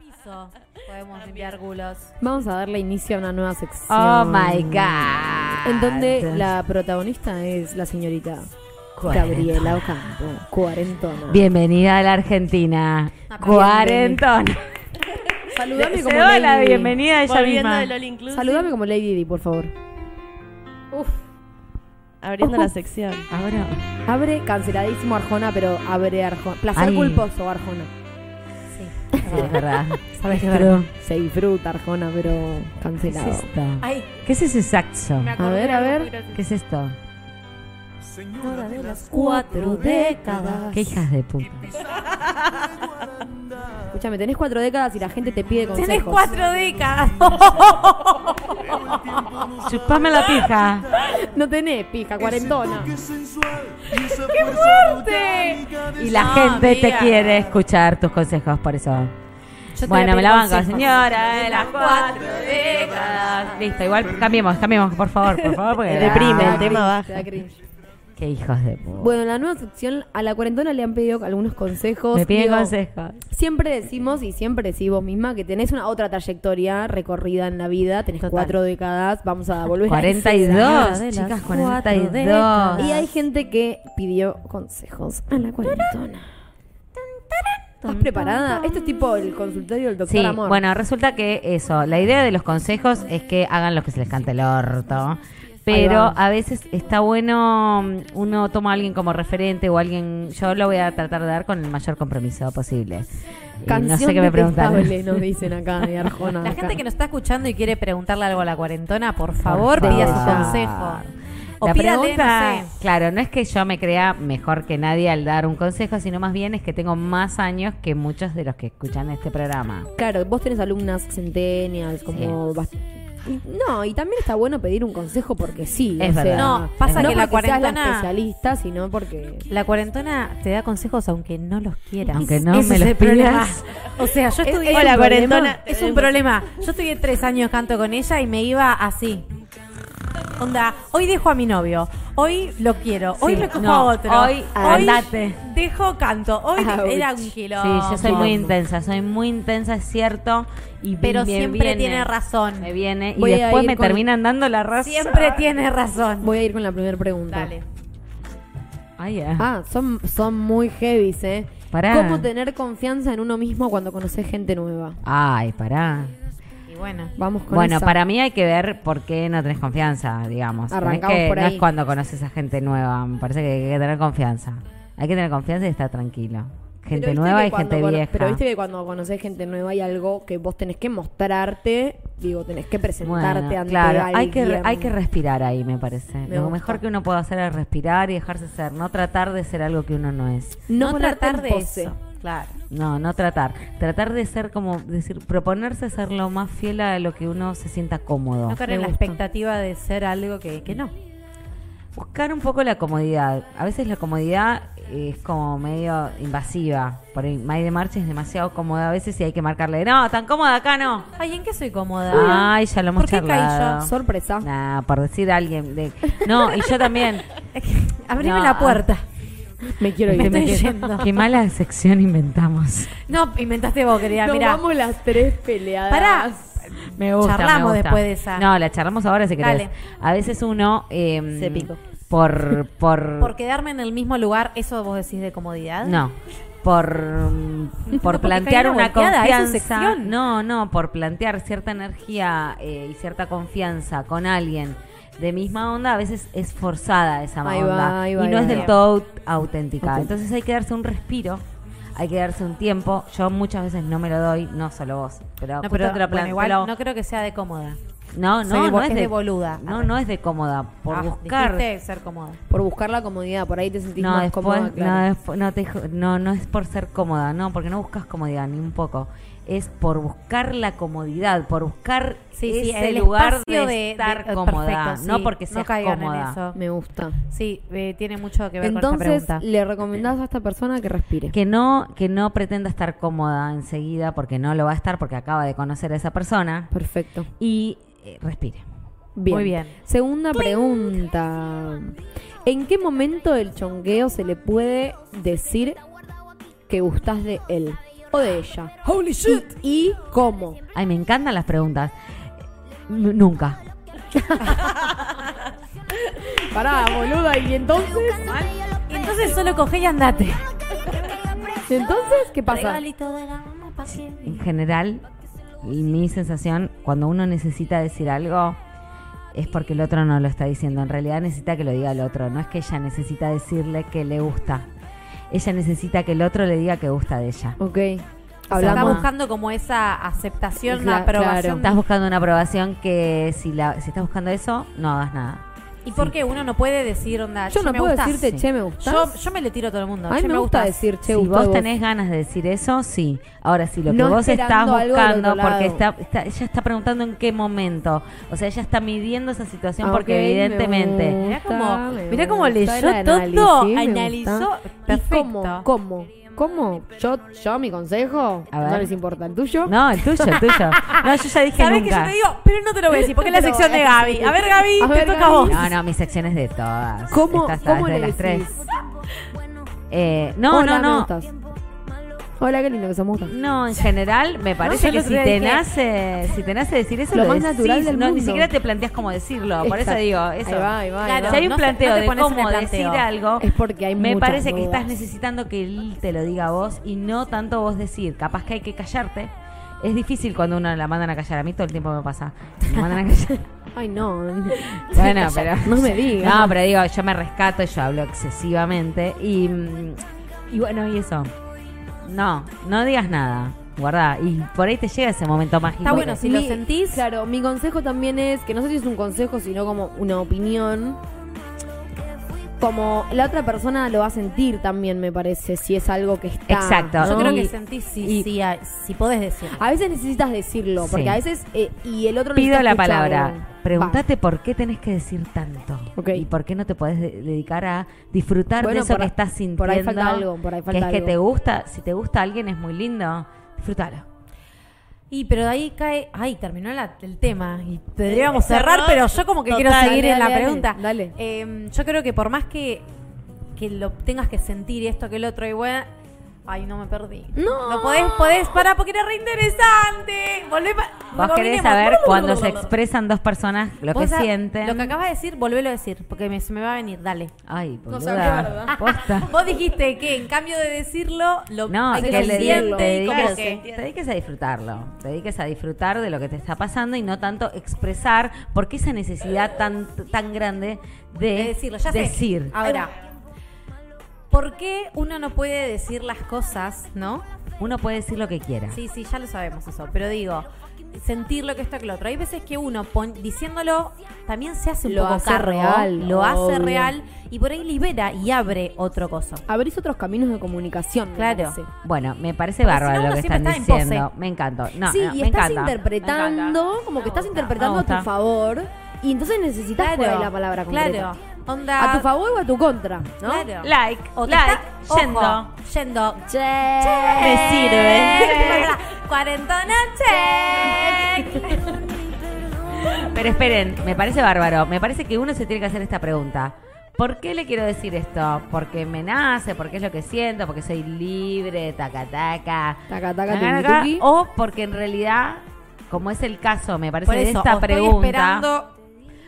eso podemos limpiar culos. Vamos a darle inicio a una nueva sección. Oh my god. En donde la protagonista es la señorita Cuarentona. Gabriela Ocampo, cuarentona. Bienvenida a la Argentina. Ah, Cuarentona. Saludame Le como cedo Lady la bienvenida a ella Volviendo misma. del All Inclusive. Saludame como Lady Di, por favor. Uf, Abriendo la sección. Ahora. abre canceladísimo Arjona, pero abre Arjona. Placer Ay. culposo Arjona. Sí, es verdad. Sabes que Pero- se disfruta Arjona, pero ¿Qué es cancelado. esto? Ay, ¿Qué es ese saxo? me acordé ver, de a algo ver. muy gracioso. ¿Qué es esto? Señora de las cuatro décadas. ¿Qué hijas de puta? Escúchame, tenés cuatro décadas y la gente te pide consejos. Tenés cuatro décadas. Chupame la pija. No tenés, pija, cuarentona. ¡Qué fuerte! Y la No, gente te amiga. quiere escuchar tus consejos, por eso. Yo te voy Bueno, a me pedir la banco, consejos. señora de las cuatro décadas. Listo, igual cambiemos, cambiemos, por favor, por favor. Porque Me deprime. El Te tema da cringe, baja. te da cringe. Qué hijos de puta. Bueno, en la nueva sección a la cuarentona le han pedido algunos consejos. Me piden Digo, consejos. Siempre decimos, y siempre decís vos misma, que tenés una otra trayectoria recorrida en la vida, tenés Total. cuatro décadas, vamos a volver a 42, esas. chicas, cuatro 42. décadas. Y hay gente que pidió consejos a la cuarentona. ¿Estás preparada? Esto es tipo el consultorio del doctor Sí, Amor. bueno, resulta que eso, la idea de los consejos es que hagan lo que se les cante el orto. Pero vamos. a veces está bueno, mm, uno toma a alguien como referente o alguien, yo lo voy a tratar de dar con el mayor compromiso posible. Y Canción no sé qué me preguntaron. detestable, nos dicen acá de Arjona. La acá. gente que nos está escuchando y quiere preguntarle algo a la cuarentona, por favor, pida su favor. consejo. O La pídale, pregunta, no sé. claro, no es que yo me crea mejor que nadie al dar un consejo, sino más bien es que tengo más años que muchos de los que escuchan este programa. Claro, vos tenés alumnas centennials, como... bast- y- No, y también está bueno pedir un consejo porque sí. Es o sea, verdad. No, pasa no que la porque seas cuarentona- especialista, sino porque... La cuarentona te da consejos aunque no los quieras. Aunque no Ese me es los el problema. pidas. O sea, yo Es- estudié. es Hola, un cuarentona. problema. Es un problema. Yo estudié tres años canto con ella y me iba así. Onda, hoy dejo a mi novio. Hoy lo quiero. Hoy Sí, me cojo no, a otro. hoy andate. Ah, dejo canto. Hoy Ouch. era un kilo. Sí, yo soy muy intensa, soy muy intensa, es cierto. Y Pero me siempre viene, tiene razón. Me viene y Voy a después ir me con- terminan dando la razón. Siempre tiene razón. Voy a ir con la primera pregunta. Dale. Ay, eh. Ah, son, son muy heavies, ¿eh? Pará. ¿Cómo tener confianza en uno mismo cuando conoces gente nueva? Ay, pará. Y bueno. Vamos con Bueno, esa. para mí hay que ver por qué no tenés confianza, digamos. No es Arrancamos que- por No ahí. es cuando conoces a gente nueva, me parece que hay que tener confianza. Hay que tener confianza y estar tranquilo. Pero Gente viste nueva que y cuando gente cono- vieja. Pero viste que cuando conoces gente nueva hay algo que vos tenés que mostrarte, digo, tenés que presentarte Bueno, ante claro, hay alguien. que, re- hay que respirar ahí, me parece. Me Lo gusta. mejor que uno puede hacer es respirar y dejarse ser, no tratar de ser algo que uno no es. no, No, ponerte tratar en de pose. eso. Claro. No, no tratar. Tratar de ser como, decir, proponerse ser lo más fiel a lo que uno se sienta cómodo. No caer en Me la gusta. expectativa de ser algo que, que no. Buscar un poco la comodidad. A veces la comodidad es como medio invasiva. Por ahí, May de March es demasiado cómoda a veces y hay que marcarle, no, tan cómoda acá no. Ay, ¿en qué soy cómoda? ¿eh? Ay, ya lo hemos ¿Por qué caí charlado. Sorpresa. Nah, por decir a alguien. de- No, y yo también. Abrime No, ah. la puerta. Me quiero ir. Me me estoy quiero ir. yendo. Qué mala sección inventamos. No, inventaste vos, querida. Nos Mira, vamos las tres peleadas. pará. Me gusta, Charlamos me gusta. después de esa. No, la charlamos ahora si querés. Dale. A veces uno. eh, Se picó. Por. por Por quedarme en el mismo lugar, ¿eso vos decís de comodidad? No. Por, mm, por porque plantear caí en la una volteada, esa confianza. sección. No, no, por plantear cierta energía eh, y cierta confianza con alguien de misma onda, a veces es forzada esa Ahí onda. va, ahí va, y no ahí es va. del todo aut- auténtica. Ok. Entonces hay que darse un respiro, hay que darse un tiempo. Yo muchas veces no me lo doy, no solo vos, pero, No, justo pero te lo bueno, planteo. igual no creo que sea de cómoda. No, Soy no, de no bo- es es de, de boluda. No, Arre. no es de cómoda. Por Ah, buscar. dijiste ser cómoda. Por buscar la comodidad, por ahí te sentís No, más después, cómoda. claro. no, despu- no, te ju- no, no es por ser cómoda, no, porque no buscas comodidad ni un poco. Es por buscar la comodidad, por buscar Sí, sí, ese el lugar espacio de, de- estar de- cómoda, perfecto, sí, no porque no seas caigan en cómoda. eso. Me gusta. Sí, eh, tiene mucho que ver con Entonces, esta pregunta. le recomendás a esta persona que respire. Que no, que no pretenda estar cómoda enseguida, porque no lo va a estar, porque acaba de conocer a esa persona. Perfecto. Y eh, respire. Bien. Muy bien. Segunda pregunta. ¿En qué momento del chongueo se le puede decir que gustás de él? o de ella? Holy shit. ¿Y cómo? Ay, me encantan las preguntas. N- nunca. Pará, boluda, y entonces, Entonces solo coge y andate. entonces, ¿qué pasa? Regalito de la mamá pa' que En general, y mi sensación, cuando uno necesita decir algo, es porque el otro no lo está diciendo. En realidad necesita que lo diga el otro. No es que ella necesita decirle que le gusta. Ella necesita que el otro le diga que gusta de ella. Ok. O sea, está Hablamos. buscando como esa aceptación, la Cla- claro. aprobación. Estás buscando una aprobación que si, la, si estás buscando eso, no hagas nada. ¿Y por qué uno no puede decir, onda, Yo "Che, no me puedo gustás"? decirte, sí. che, me gustas. Yo, yo me le tiro a todo el mundo. a mí "Che, me gusta gustás". decir, che, si gustás vos vos. tenés ganas de decir eso, sí. Ahora, si lo que No vos estás esperando algo del buscando, otro porque lado. está, está- ella está preguntando en qué momento. O sea, ella está midiendo esa situación Ah, porque ok, me evidentemente... Mirá gusta, cómo, me mirá cómo gusta, leyó era de todo, análisis, me analizó. gusta. ¿Y Perfecto. cómo? ¿Cómo? ¿Cómo? Yo, yo mi consejo, A ver. no les importa el tuyo. No, el tuyo, el tuyo. No, yo ya Sabés dije que yo nunca. te digo, pero no te lo voy a decir, porque es la Te lo sección voy de a Gaby. decir. A ver, Gaby, A te ver, toca Gaby. a vos. No, no, mi sección es de todas. ¿Cómo, Esta está ¿cómo desde le las decís? tres. Eh, no, Hola, me no, no. gustas. Hola, qué lindo que somos. No, en general me yo parece el que otro si día te dije- nace, si te nace decir eso, Lo lo, más decís, natural del no, ni mundo. siquiera te planteas cómo decirlo, por eso Exacto. digo, Ahí eso. va, ahí va, ahí Claro. va. si hay un no se- no planteo te de pones en el cómo decir planteo. algo, Es porque hay me muchas parece que dudas. estás necesitando que él te lo diga a vos y no tanto vos decir. Capaz que hay que callarte. Es difícil cuando uno la mandan a callar. A mí todo el tiempo me pasa. Me mandan a callar. Ay, no. bueno, pero. No me digas. No, pero digo, yo me rescato, yo hablo excesivamente. Y, mm, y bueno, y eso. No, no digas nada. Guarda. Y por ahí te llega ese momento mágico. Está bueno, si lo Mi- sentís. Claro, mi consejo también es, que no sé si es un consejo, sino como una opinión. Como la otra persona lo va a sentir también, me parece, si es algo que está. Exacto. Yo ¿no? creo Y que sentís si, y- si, a- si podés decir. A veces necesitas decirlo, porque Sí. a veces. eh, y el otro Pido necesita la escucharlo. palabra. Va. Pregúntate por qué tenés que decir tanto. Ok. Y por qué no te podés de- dedicar a disfrutar Bueno, de eso por- que estás sintiendo. por ahí falta algo, por ahí que falta es que algo. te gusta, si te gusta alguien es muy lindo, disfrútalo. Y pero de ahí cae. Ay, terminó la- el tema. Y Eh, deberíamos cerrar, pero yo como que quiero Total, seguir en dale, la dale, pregunta. dale. Eh, yo creo que por más que, que lo tengas que sentir y esto que el otro, y bueno. Ay, no me perdí. No. Lo podés, podés parar porque era re interesante. Volvé pa- Vos querés Recombinemos. saber cuando se expresan dos personas lo que Vos sab- sienten. Lo que acabas de decir, volvelo a decir, porque me- se me va a venir, dale. Ay, boluda. se acuerda. Posta. Vos dijiste que en cambio de decirlo, lo Ah. No, hay que, que, le lo sentirlo. te, siente y como dediques, que. te dediques a disfrutarlo. Te dediques a disfrutar de lo que te está pasando y no tanto expresar por qué esa necesidad tan, tan grande de, de decirlo, ya sé. decir. Ahora, ¿por qué uno no puede decir las cosas, no? Uno puede decir lo que quiera. Sí, sí, ya lo sabemos eso, pero digo, sentir lo que está que lo otro. Hay veces que uno pon- diciéndolo también se hace un Lo poco hace cargo, real, lo hace obvio. real y por ahí libera y abre otro coso. Abrís otros caminos de comunicación. me Claro. parece. Bueno, me parece Porque si bárbaro no, lo uno que siempre están está en pose. diciendo. Me encantó. No, sí, no, y estás me encanta. Me encanta. interpretando, como que estás interpretando me a tu gusta. favor, y entonces necesitas poner la palabra concreta. claro. Onda, A tu favor o a tu contra, ¿no? Claro. Like, O te like, está- yendo. ojo, yendo. Che. Me sirve. Cuarentona check. Pero esperen, me parece bárbaro. Me parece que uno se tiene que hacer esta pregunta. ¿Por qué le quiero decir esto? ¿Porque me nace? ¿Porque es lo que siento? ¿Porque soy libre? ¿Taca, taca? Taca, taca, Taca, tuki, taca. tuki. oh, O porque en realidad, como es el caso, me parece, Por de eso, esta o estoy pregunta... esperando.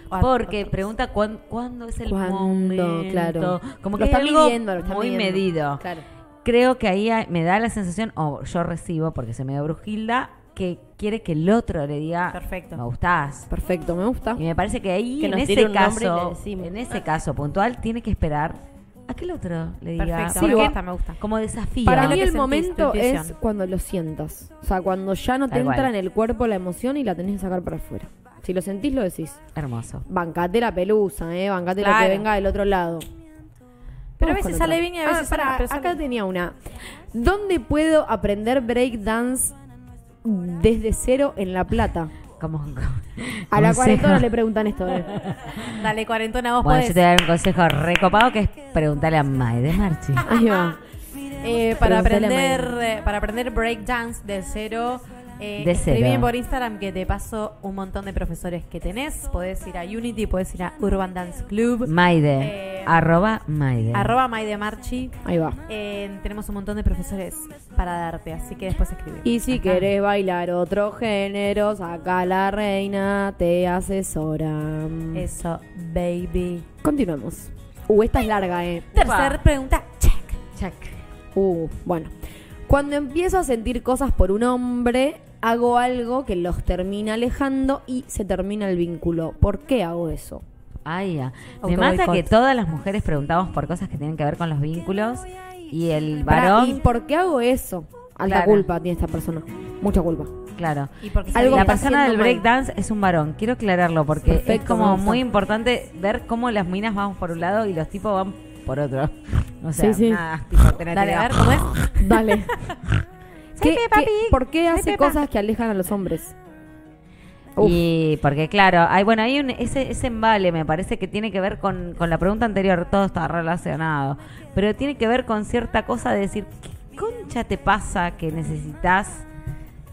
o- Porque pregunta cuán- cuándo es el ¿Cuándo? momento. Claro. Como Lo que está hay algo midiendo, lo está muy midiendo. medido. Claro. creo que ahí hay- me da la sensación, o yo recibo, porque se me da brujilda, que quiere que el otro le diga, Perfecto. me gustás. Perfecto, me gusta. Y me parece que ahí, Que en nos ese tire un nombre y le caso, decimos. en ese caso puntual, tiene que esperar a que el otro le diga. Perfecto, Sí, me va. gusta, me gusta. Como desafío. Para Lo mí que el sentís, momento tu intuición. es cuando lo sientas. O sea, cuando ya no te Tal entra cual. en el cuerpo la emoción y la tenés que sacar para afuera. Si lo sentís, lo decís. Hermoso. Bancate la pelusa, ¿eh? Bancate lo Claro. que venga del otro lado. Pero a Vamos veces con otra. sale bien y a veces Ah, pará, no, pero sale acá bien. tenía una. ¿Dónde puedo aprender breakdance desde cero en La Plata? Como, como- A la consejo. cuarentona le preguntan esto. ¿eh? Dale, cuarentona, vos Bueno, podés. yo te voy a dar un consejo recopado que es preguntarle a May de Marchi. Ahí va. Eh, para Preguntale a aprender eh, para aprender breakdance de cero Eh, De escribime cero. por Instagram que te paso un montón de profesores que tenés. Podés ir a Unity, podés ir a Urban Dance Club. Maide. Eh, arroba Maide. Arroba Maide Marchi. Ahí va. Eh, tenemos un montón de profesores para darte, así que después escribí. Y si querés bailar otro género, saca la reina, te asesora. Eso, baby. Continuamos. Uh, esta es larga, eh. Tercer pregunta, check. Check. Uh, bueno. Cuando empiezo a sentir cosas por un hombre, hago algo que los termina alejando y se termina el vínculo. ¿Por qué hago eso? Ay, ya. Me Auto mata boicot. que todas las mujeres preguntamos por cosas que tienen que ver con los vínculos y el Pará, ¿Y varón, por qué hago eso? Alta Claro. culpa tiene esta persona. Mucha culpa. claro. Y porque se Algo diga- La está persona del haciendo mal. breakdance es un varón, quiero aclararlo porque es Perfecto, me como gusta. muy importante ver cómo las minas vamos por un lado y los tipos van por otro. O sea, Sí, sí. nada, tipo, tenete Dale, a cuidado. ver cómo es. Dale. ¿Qué- Pepa qué- Pig. ¿Por qué Soy hace Pepa. cosas que alejan a los hombres? Uf. Y porque claro, hay, bueno, hay un, ese, ese embale me parece que tiene que ver con, con la pregunta anterior, todo está relacionado, pero tiene que ver con cierta cosa de decir, ¿qué concha te pasa que necesitas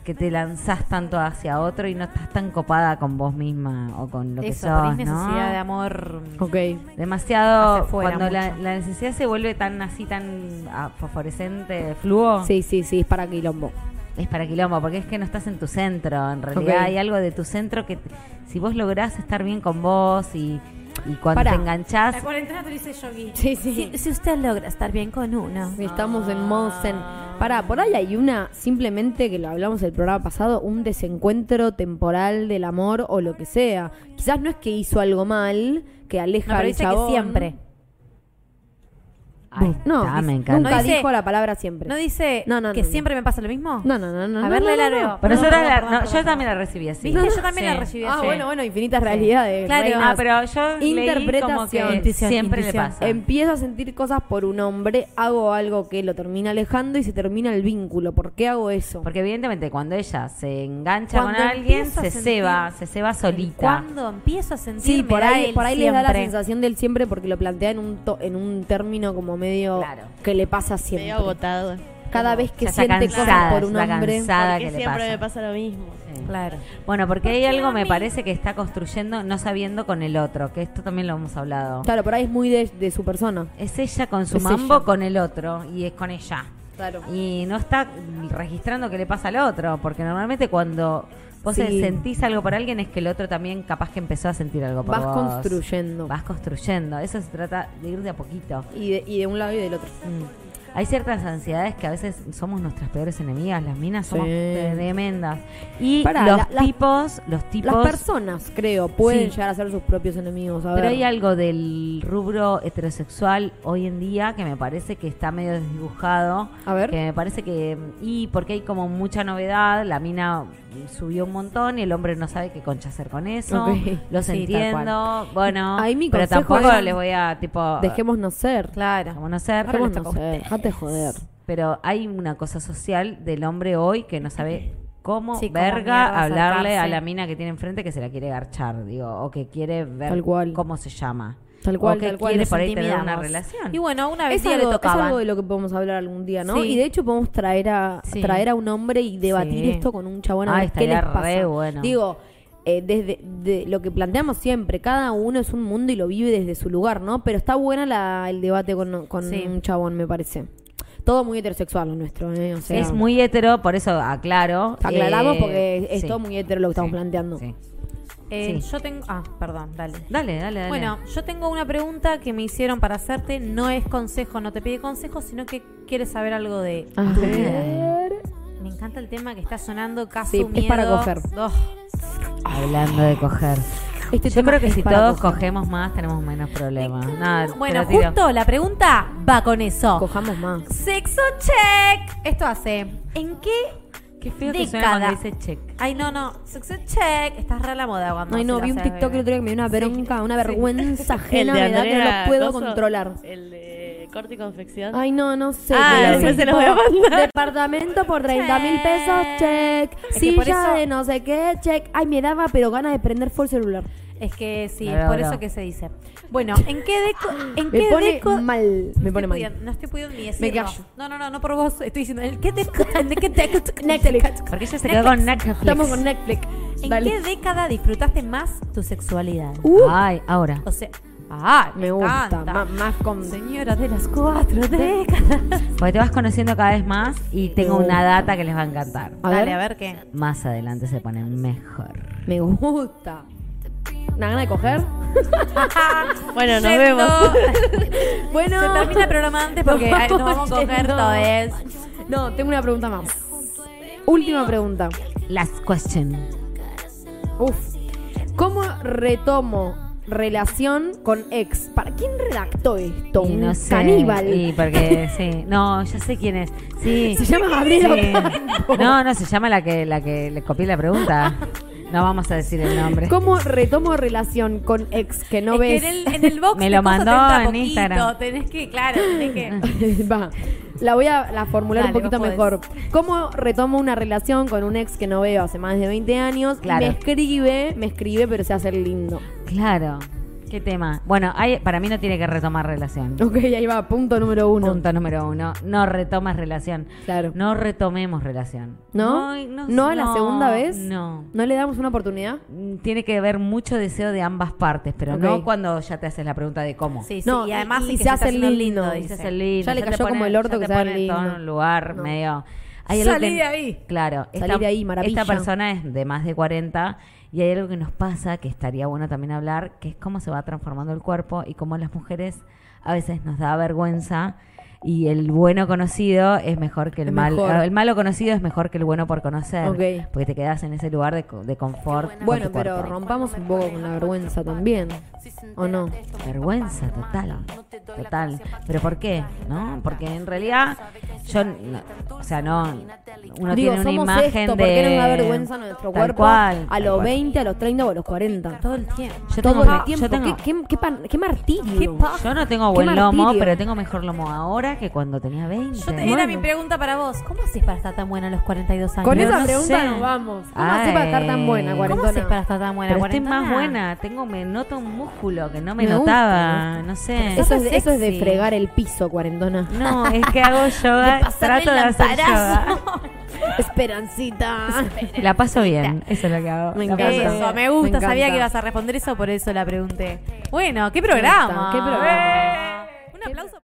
que te lanzás tanto hacia otro y no estás tan copada con vos misma o con lo Eso, que sos, tenés necesidad ¿no? de amor. Ok. Demasiado, Hacia afuera, cuando la, mucho. la necesidad se vuelve tan así, tan ah, fosforescente, fluo, Sí, sí, sí, es para quilombo. es para quilombo, porque es que no estás en tu centro, en realidad Ok. hay algo de tu centro que t- si vos lográs estar bien con vos y, y cuando Pará. te enganchás, La cuarentena te dice yogi. Ah, Sí, sí. Si, si usted logra estar bien con uno. Estamos en modo zen. Pará, por ahí hay una, simplemente que lo hablamos el programa pasado, un desencuentro temporal del amor o lo que sea. Quizás no es que hizo algo mal, que aleja No, pero al dice que chabón. siempre. Ahí No, está, Ah, me dice- encanta. nunca No dice- dijo la palabra siempre. ¿No dice No, no, que no, no. siempre me pasa lo mismo? no, no, no, no. A ver, no, Lela, no, no. leo. Pero No, nosotras perdón, la- perdón, no, perdón. yo también la recibí así. Viste, No, no, yo también sí. la recibí Ah, ayer. bueno, bueno, infinitas realidades. Claro. reinas. Ah, pero yo leí como Interpretación. que Intuición, siempre intuición. le pasa. Empiezo a sentir cosas por un hombre, hago algo que lo termina alejando y se termina el vínculo. ¿Por qué hago eso? Porque evidentemente cuando ella se engancha Cuando con alguien, empiezo a se sentir ceba, se ceba solita. Cuando empiezo a sentir Sí, me por da ahí, el por ahí les da la siempre. sensación del siempre porque lo plantea en un, to- en un término como medio Claro. que le pasa Medio siempre. agotado. Cada vez que Ya está siente cansada, cosas por un está hombre. cansada Porque que le siempre pasa. me pasa lo mismo. Sí. Claro. Bueno, porque hay algo, me parece, que está construyendo no sabiendo con el otro, que esto también lo hemos hablado. Claro, por ahí es muy de, de su persona. Es ella con su Es mambo, ella. con el otro, y es con ella. Claro. Y no está registrando qué le pasa al otro, porque normalmente cuando vos Sí. sentís algo por alguien es que el otro también capaz que empezó a sentir algo por Vas vos. construyendo. Vas construyendo. Eso se trata de ir de a poquito. Y de, y de un lado y del otro. Mm. Hay ciertas ansiedades que a veces somos nuestras peores enemigas, las minas somos Sí. tremendas. Y Pará, los la- las- tipos, los tipos... Las personas, creo, pueden Sí. llegar a ser sus propios enemigos. A Pero ver. hay algo del rubro heterosexual hoy en día que me parece que está medio desdibujado. A ver. Que me parece que. Y porque hay como mucha novedad, la mina subió un montón y el hombre no sabe qué concha hacer con eso. Ok. Los Sí, tal entiendo. Bueno, Ahí mi pero consejo tampoco es- les voy a, tipo. Dejémonos ser. Claro. Dejémonos ser. Dejémonos ser. Dejate joder. Pero hay una cosa social del hombre hoy que no sabe cómo Sí, cómo verga mierda hablarle a acercarse. la mina que tiene enfrente que se la quiere garchar, digo, o que quiere ver Tal cual. cómo se llama. Tal cual, o que tal cual, quiere nos por ahí tener una Intimidamos. relación. Y bueno, una vez Es día le algo, es tocaba. algo de lo que podemos hablar algún día, ¿no? Sí. Y de hecho podemos traer a Sí. traer a un hombre y debatir Sí. esto con un chabón a Ay, ver qué les estaría pasa. re bueno. Digo, eh, desde de lo que planteamos siempre, cada uno es un mundo y lo vive desde su lugar, ¿no? Pero está buena la- el debate con, con Sí. un chabón, me parece. Todo muy heterosexual lo nuestro, ¿eh? O sea, es muy hetero, por eso aclaro. aclaramos eh, porque es sí, todo muy hetero lo que Pues estamos sí, planteando. sí. Eh, Sí. Yo tengo. Ah, perdón, dale. Dale, dale, dale. Bueno, yo tengo una pregunta que me hicieron para hacerte. No es consejo, no te pide consejo, sino que quieres saber algo de. A Sí. ver. Me encanta el tema que está sonando Oh. casi Sí, es para coger. hablando de coger. Este yo tema creo que es si para todos coger. cogemos más, tenemos menos problemas. Nada, te Bueno, lo tiro. justo la pregunta va con eso. cojamos más. Sexo check. Esto hace. ¿En qué? Qué feo que suena década? cuando dice check. Ay, no, no. Sexo check. Estás re a la moda cuando. Ay, se no, lo vi un hace, TikTok el bebé. otro día que me dio una bronca, una vergüenza ajena, me da que no Andrea lo puedo Coso, controlar. El de corte y confección. Ay, no, no sé. Ah, Pero después ese se los tipo, voy a mandar. Departamento por 30 mil pesos, check. Es que por Silla eso- de no sé qué, check. Ay, me daba, pero ganas de prender full celular. Es que sí, No es por logró. eso que se dice. Bueno, ¿en qué deco? ¿En Me qué pone deco? mal, me No pone estoy mal. pudiendo- no estoy pudiendo ni decirlo. callo. No, no, no, no por vos. Estoy diciendo, ¿en qué deco? ¿En qué deco? Netflix. Porque ella se quedó con Netflix. Estamos con Netflix. ¿En Dale. qué década disfrutaste más tu sexualidad? Uh, Ay, ahora. O sea, ah, me gusta. encanta. Má- Más con. Señora de las cuatro décadas. Porque te vas conociendo cada vez más y tengo Me una gusta. data que les va a encantar. A Dale, ver. a ver qué. Más adelante se pone mejor. Me gusta. ¿Una gana de coger? Bueno, nos Yendo. vemos. Bueno. Se termina el programa antes porque ay, nos vamos a coger yendo. todo es. No, tengo una pregunta más. Última pregunta. Last question. Uf. ¿Cómo retomo relación con ex? ¿Para quién redactó esto? Y Un no sé. caníbal. Y porque, sí. No, ya sé quién es. Sí. Se llama Gabriela Sí. Ocampo. No, no, se llama la que, la que le copié la pregunta. No vamos a decir el nombre. ¿Cómo retomo relación con ex que no Es que ves? en el, en el box Me de lo cosas mandó entra en poquito, Instagram. Tenés que, claro, tenés que. Va. La voy a la formular Dale, un poquito vos podés. mejor. ¿Cómo retomo una relación con un ex que no veo hace más de 20 años? Claro. Me escribe, me escribe, pero se hace el lindo. Claro. ¿Qué tema? Bueno, hay, para mí no tiene que retomar relación. Ok, ahí va, punto número uno. Punto número uno. No retomas relación. Claro. No retomemos relación. ¿No? ¿No a la segunda vez? No. ¿No le damos una oportunidad? Mm, Tiene que haber mucho deseo de ambas partes, pero no Ok. cuando ya te haces la pregunta de cómo. Sí, sí, No, y además y- y sí que se está hace haciendo lindo, lindo, y dice. Se hace lindo, Ya le te cayó como el orto ya que te sea pone todo lindo. en un lugar No. medio. Salí algo que- de ahí. Claro. Salí de ahí, maravilla. Esta persona es de más de 40 y hay algo que nos pasa que estaría bueno también hablar, que es cómo se va transformando el cuerpo y cómo las mujeres a veces nos da vergüenza y el bueno conocido es mejor que el Es mal. mejor. El malo conocido es mejor que el bueno por conocer. Ok. Porque te quedas en ese lugar de, co- de confort. con Bueno, tu pero cuerpo. rompamos un poco con la vergüenza también. ¿O no? Vergüenza total, total. ¿Pero por qué? ¿No? Porque en realidad yo, no- o sea, no, Digo, uno tiene una somos imagen esto, de... ¿por qué nos da vergüenza nuestro Tal cuerpo? cual, a tal los cual. 20, a los 30 o a los 40. Todo el tiempo. Yo Todo tengo- el yo tiempo. tengo- ¿Qué, qué- qué pan- qué martirio? Yo no tengo Qué buen lomo, martirio. pero tengo mejor lomo ahora que cuando tenía 20. Yo te, Bueno, Era mi pregunta para vos. ¿Cómo haces para estar tan buena a los 42 años? Con Yo esa no pregunta sé. nos vamos. ¿Cómo Ay. haces para estar tan buena, ¿Cómo haces cuarentona? para estar tan buena? pero estoy más cuarentona? buena, tengo me noto un músculo que no me, Me gusta, me notaba, gusta. no sé. Eso es, eso es de Sexy. fregar el piso, cuarentona. No, es que hago yoga, De pasarme trato de el hacer yoga. lamparazo. Esperancita. La paso bien, eso es lo que hago. Me la paso encanta. bien. Eso, me Me gusta. encanta. Sabía que ibas a responder eso, por eso la pregunté. Bueno, qué programa. Me gusta, qué programa. Un aplauso.